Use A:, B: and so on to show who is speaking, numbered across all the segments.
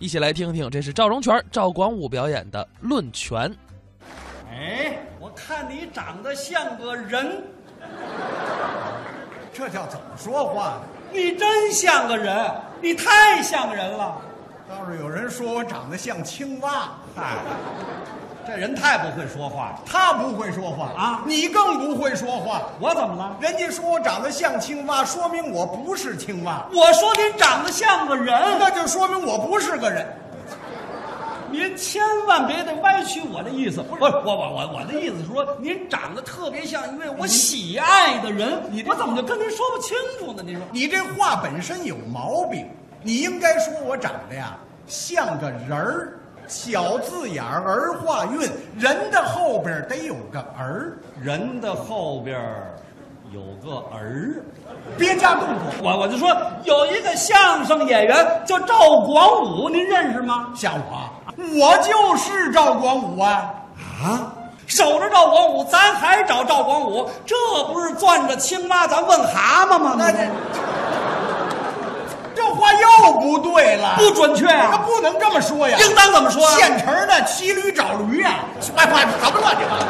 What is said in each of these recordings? A: 一起来听听，这是赵荣全、赵广武表演的《论拳》。
B: 哎，我看你长得像个人，
C: 这叫怎么说话呢？
B: 你真像个人，你太像人了。
C: 倒是有人说我长得像青蛙，
B: 嗨，这人太不会说话了。
C: 他不会说话
B: 啊
C: 你更不会说话。
B: 我怎么了？
C: 人家说我长得像青蛙，说明我不是青蛙，
B: 我说您长得像个人，
C: 那就说明我不是个人。
B: 您千万别得歪曲我的意思。不是我我我我的意思是说，您长得特别像一位我喜爱的人，我怎么就跟您说不清楚呢？您说
C: 你这话本身有毛病，你应该说我长得呀像个人儿，小字眼儿儿化韵，人的后边儿得有个儿，
B: 人的后边儿有个儿。
C: 别加动作。
B: 我我就说有一个相声演员叫赵广武，您认识吗？
C: 像我啊，我就是赵广武啊！
B: 啊，守着赵广武，咱还找赵广武，这不是攥着青蛙咱问蛤蟆吗？
C: 那这这话又不对了，
B: 不准确
C: 那
B: 啊，
C: 不能这么说呀！
B: 应当怎么说啊？
C: 现成的骑驴找驴呀、哎，爸，什么乱七八糟！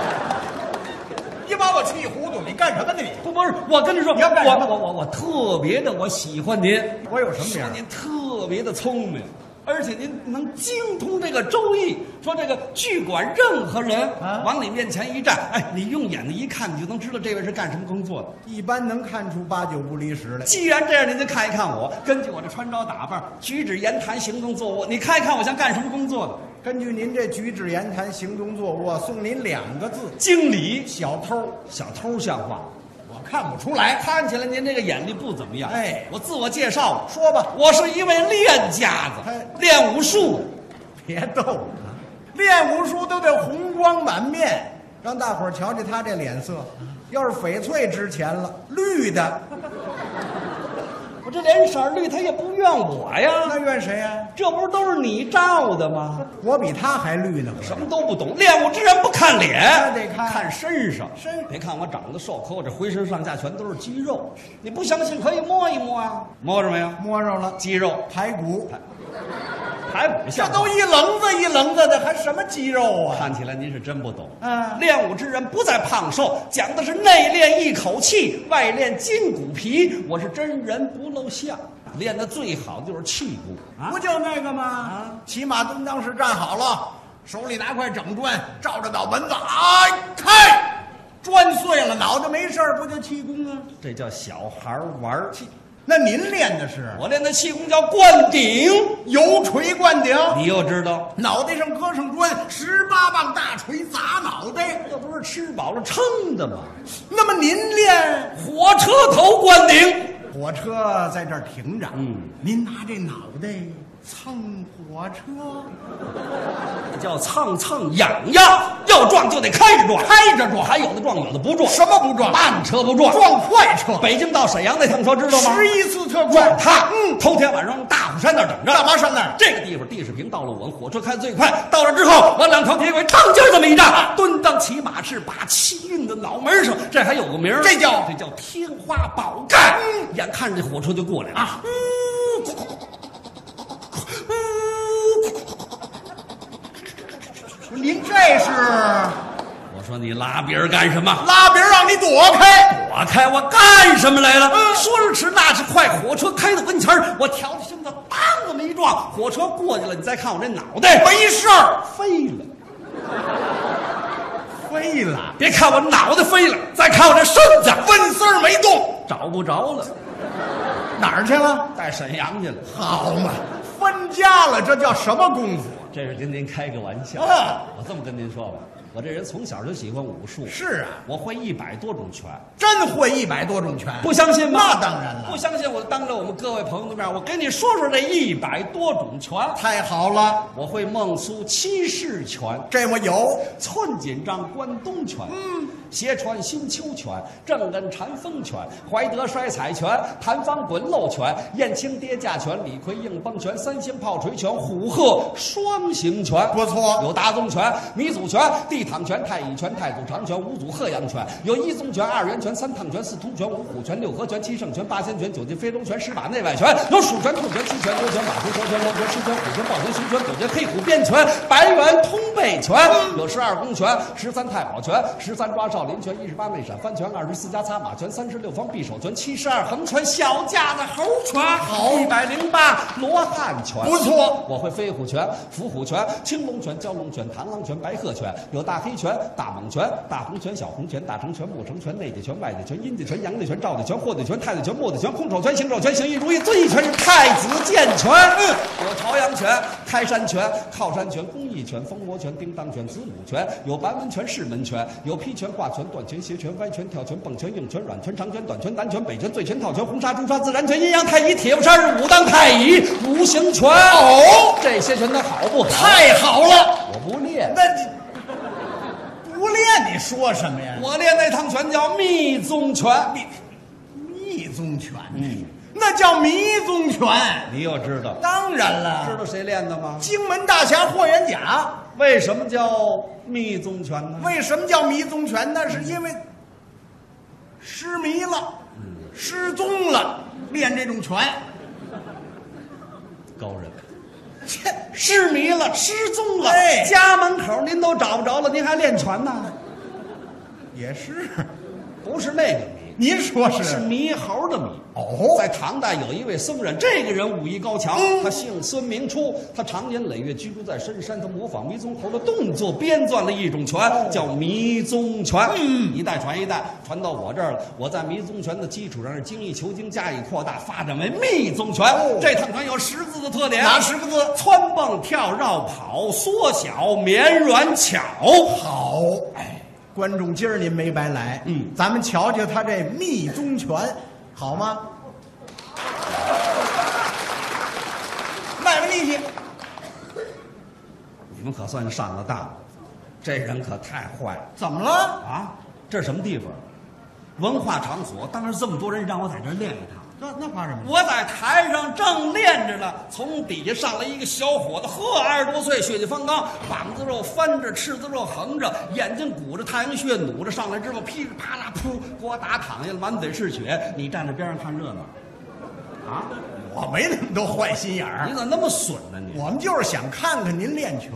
C: 你把我气糊涂，你干什么呢你？
B: 不不是，我跟你说，
C: 你要干什么
B: 我我我我特别的，我喜欢您，
C: 我有什么
B: 说
C: 名儿
B: 您特别的聪明。而且您能精通这个《周易》，说这个拒管任何人、
C: 啊
B: 往你面前一站，哎，你用眼睛一看，你就能知道这位是干什么工作的。
C: 一般能看出八九不离十来。
B: 既然这样，您就看一看我，根据我这穿着打扮、举止言谈、行动坐卧，你看一看我像干什么工作的？
C: 根据您这举止言谈、行动坐卧，送您两个字：
B: 经理，
C: 小偷。
B: 小偷像话。
C: 我看不出来，
B: 看起来您这个眼力不怎么样。
C: 哎
B: 我自我介绍，
C: 说吧，
B: 我是一位练家子
C: 哎，
B: 练武术。
C: 别逗我了。练武术都得红光满面，让大伙儿瞧瞧他这脸色。要是翡翠值钱了，绿的
B: 我这脸色绿，他也不怨我
C: 那
B: 呀。
C: 怨谁呀、
B: 这不是都是你照的吗？
C: 我比他还绿呢。
B: 什么都不懂，练武之人不看脸，
C: 那得看
B: 哎看身上。
C: 身上
B: 别看我长得瘦，可我这浑身上下全都是肌肉。你不相信可以摸一摸啊？摸着没有？
C: 摸着了，
B: 肌肉
C: 排骨，
B: 排骨
C: 这
B: 像
C: 都一棱子一棱子的，还什么肌肉啊？
B: 看起来您是真不懂。
C: 嗯
B: 练武之人不在胖瘦，讲的是内练一口气，外练筋骨皮。我是真人不露相，练的最好的就是气功
C: 不就那个吗？
B: 啊
C: 骑马蹲裆时站好了，手里拿块整砖，照着脑门子，哎，开，砖碎了，脑袋没事儿，不就气功啊？
B: 这叫小孩儿玩儿。
C: 那您练的是
B: 我练的气功叫灌顶，
C: 油锤灌顶，
B: 你又知道，
C: 脑袋上搁上砖，十八磅大锤砸脑袋。
B: 这不是吃饱了撑的吗？
C: 那么您练
B: 火车头灌顶。
C: 火车在这儿停着，
B: 嗯，
C: 您拿这脑袋蹭火车，
B: 这叫蹭蹭痒痒，要撞就得开着撞，开着撞，还有的撞，有的不撞。
C: 什么不撞
B: 慢车不撞，
C: 撞快车，
B: 北京到沈阳那趟车知道吗？
C: 十一次特
B: 撞
C: 快，
B: 他。嗯，头天晚上我们大虎山那儿等着。
C: 干嘛上那儿？
B: 这个地方地势平，道路稳，火车开最快。到了之后，往两条铁轨当劲儿这么一站，蹲裆骑马是把气运的脑门上，这还有个名儿，
C: 这叫
B: 这叫天花宝盖。眼看着这火车就过来了，啊、
C: 不是您这是
B: 我说你拉别人干什么？
C: 拉别人让你躲开，
B: 我开我干什么来了？说时迟，那时快，火车开到跟前儿，我挑起身子，当这么一撞，火车过去了。你再看我这脑袋，
C: 没事儿，
B: 飞了。
C: 飞了，
B: 别看我脑袋飞了，再看我这身子，
C: 问丝儿没动，
B: 找不着了，
C: 哪儿去了？
B: 带沈阳去了。
C: 好嘛，分家了，这叫什么功夫
B: 这是跟您开个玩笑。
C: 啊？
B: 我这么跟您说吧，我这人从小就喜欢武术，
C: 是啊，
B: 我会一百多种拳。
C: 真会一百多种拳，
B: 不相信吗？
C: 那当然了
B: 不相信我当着我们各位朋友的面，我给你说说这一百多种拳。
C: 太好了，
B: 我会孟苏七式拳、
C: 这我有，
B: 寸锦帐关东拳，嗯，斜穿新秋拳、正根缠风拳、怀德摔彩拳、谭方滚漏拳、燕青跌架拳、李逵硬崩拳、三星炮锤拳、虎鹤双形拳，
C: 不错
B: 有达宗拳、米祖拳、地地躺拳、太乙拳、太祖长拳、五祖鹤阳拳，有一宗拳、二元拳、三趟拳、四突拳、五虎拳、六合拳、七圣拳、八仙拳、九进飞龙拳、十把内外拳，有鼠拳、兔拳、七拳、牛拳、马拳、蛇拳、龙拳、狮拳、虎拳、豹拳、熊拳、狗拳、黑虎、鞭拳、白猿通背拳，有十二宫拳、十三太保拳、十三抓少林拳、一十八内闪翻拳、二十四家擦马拳、三十六方匕首拳、七十二横拳、小架子猴拳、好一百零八罗汉拳，
C: 不错。
B: 我会飞虎拳、伏虎拳、青龙拳、蛟龙拳、螳螂拳、白鹤拳，有大黑拳、大猛拳、大红拳、小红拳、大成拳、木成拳、内家拳、外家拳、阴家拳、阳家拳、赵家拳、霍家拳、太极拳、墨家拳、空手拳、行手拳、形意如意、遵义拳是太子剑拳。嗯，有朝阳拳、开山拳、靠山拳、公益拳、风魔拳、叮当拳、子母拳，有白文拳、释门拳，有劈拳、挂拳、断拳、斜拳、歪拳、跳拳、蹦拳、硬拳、软拳、长拳、短拳、南拳、北拳、醉拳、套拳、红砂、朱砂、自然拳、阴阳太极、铁布衫、武当太乙、无形拳。哦，这些拳它好不好？
C: 太好了！
B: 我不练，
C: 那你不练你说什么呀？
B: 我练那趟拳叫密宗拳。你
C: 密宗拳，
B: 嗯
C: 那叫迷宗拳。
B: 你又知道？
C: 当然了，
B: 知道谁练的吗？
C: 荆门大侠霍元甲
B: 为什么叫密宗拳呢？
C: 为什么叫迷踪拳？那是因为失迷了，失踪了，练这种拳，
B: 高人。
C: 切，
B: 失迷了，失踪了，
C: 哎
B: 家门口您都找不着了，您还练拳呢？
C: 也是。
B: 不是那个迷，
C: 您说
B: 是
C: 是？
B: 猕猴的迷。
C: 哦嗯
B: 在唐代有一位僧人，这个人武艺高强，他姓孙名初，他常年累月居住在深山，他模仿迷踪猴的动作，编撰了一种拳，
C: 哦
B: 叫迷踪拳。嗯，一代传一代，传到我这儿了。我在迷踪拳的基础上，是精益求精，加以扩大，发展为密宗拳。这趟拳有十字的特点，
C: 哦哪十个字
B: 窜蹦跳绕跑，缩小绵软巧。
C: 好，哎，观众，今儿您没白来。
B: 嗯
C: 咱们瞧瞧他这密宗拳，好吗？嗯卖卖力气，
B: 你们可算上了当了，这人可太坏了。
C: 怎么了？
B: 啊，这是什么地方？文化场所，当时这么多人让我在这儿练一趟。
C: 那那怕什么？
B: 我在台上正练着呢，从底下上来一个小伙子，呵，二十多岁，血气方刚，膀子肉翻着，翅子肉横着，眼睛鼓着，太阳穴努着，上来之后噼里啪啦，噗，给我打躺下了，满嘴是血。你站在边上看热闹，啊？
C: 我没那么多坏心眼儿
B: 你，咋那么损呢、你
C: 我们就是想看看您练拳，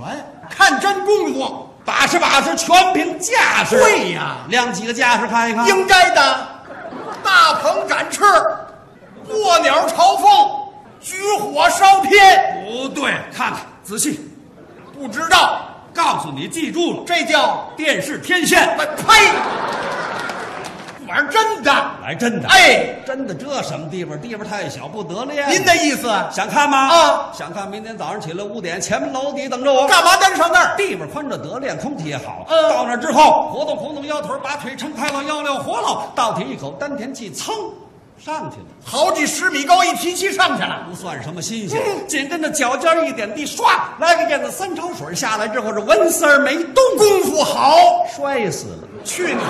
C: 看真功夫，
B: 把式把式，全凭架势。
C: 对呀
B: 亮几个架势看一看。
C: 应该的。大鹏展翅，卧鸟朝凤，举火烧天，
B: 不哦对，看看仔细，
C: 不知道
B: 告诉你，记住了，
C: 这叫
B: 电视天线。
C: 呸！玩儿真的，
B: 来真的，
C: 哎，
B: 真的，这什么地方？地方太小，不得了呀。
C: 您的意思
B: 想看吗？
C: 啊，
B: 想看。明天早上起来五点，前门楼底等着我。
C: 干嘛单上那儿？
B: 地方宽着得练，空体也好。
C: 嗯
B: 到那儿之后，活动活动腰腿，把腿撑开了，腰溜活了，倒挺一口丹田气，噌，上去了。
C: 好几十米高，一提气上去了。
B: 不算什么新鲜，紧跟着脚尖儿一点地，唰，来个燕子三潮水下来之后是纹丝儿没动，
C: 功夫好，
B: 摔死了。
C: 去你！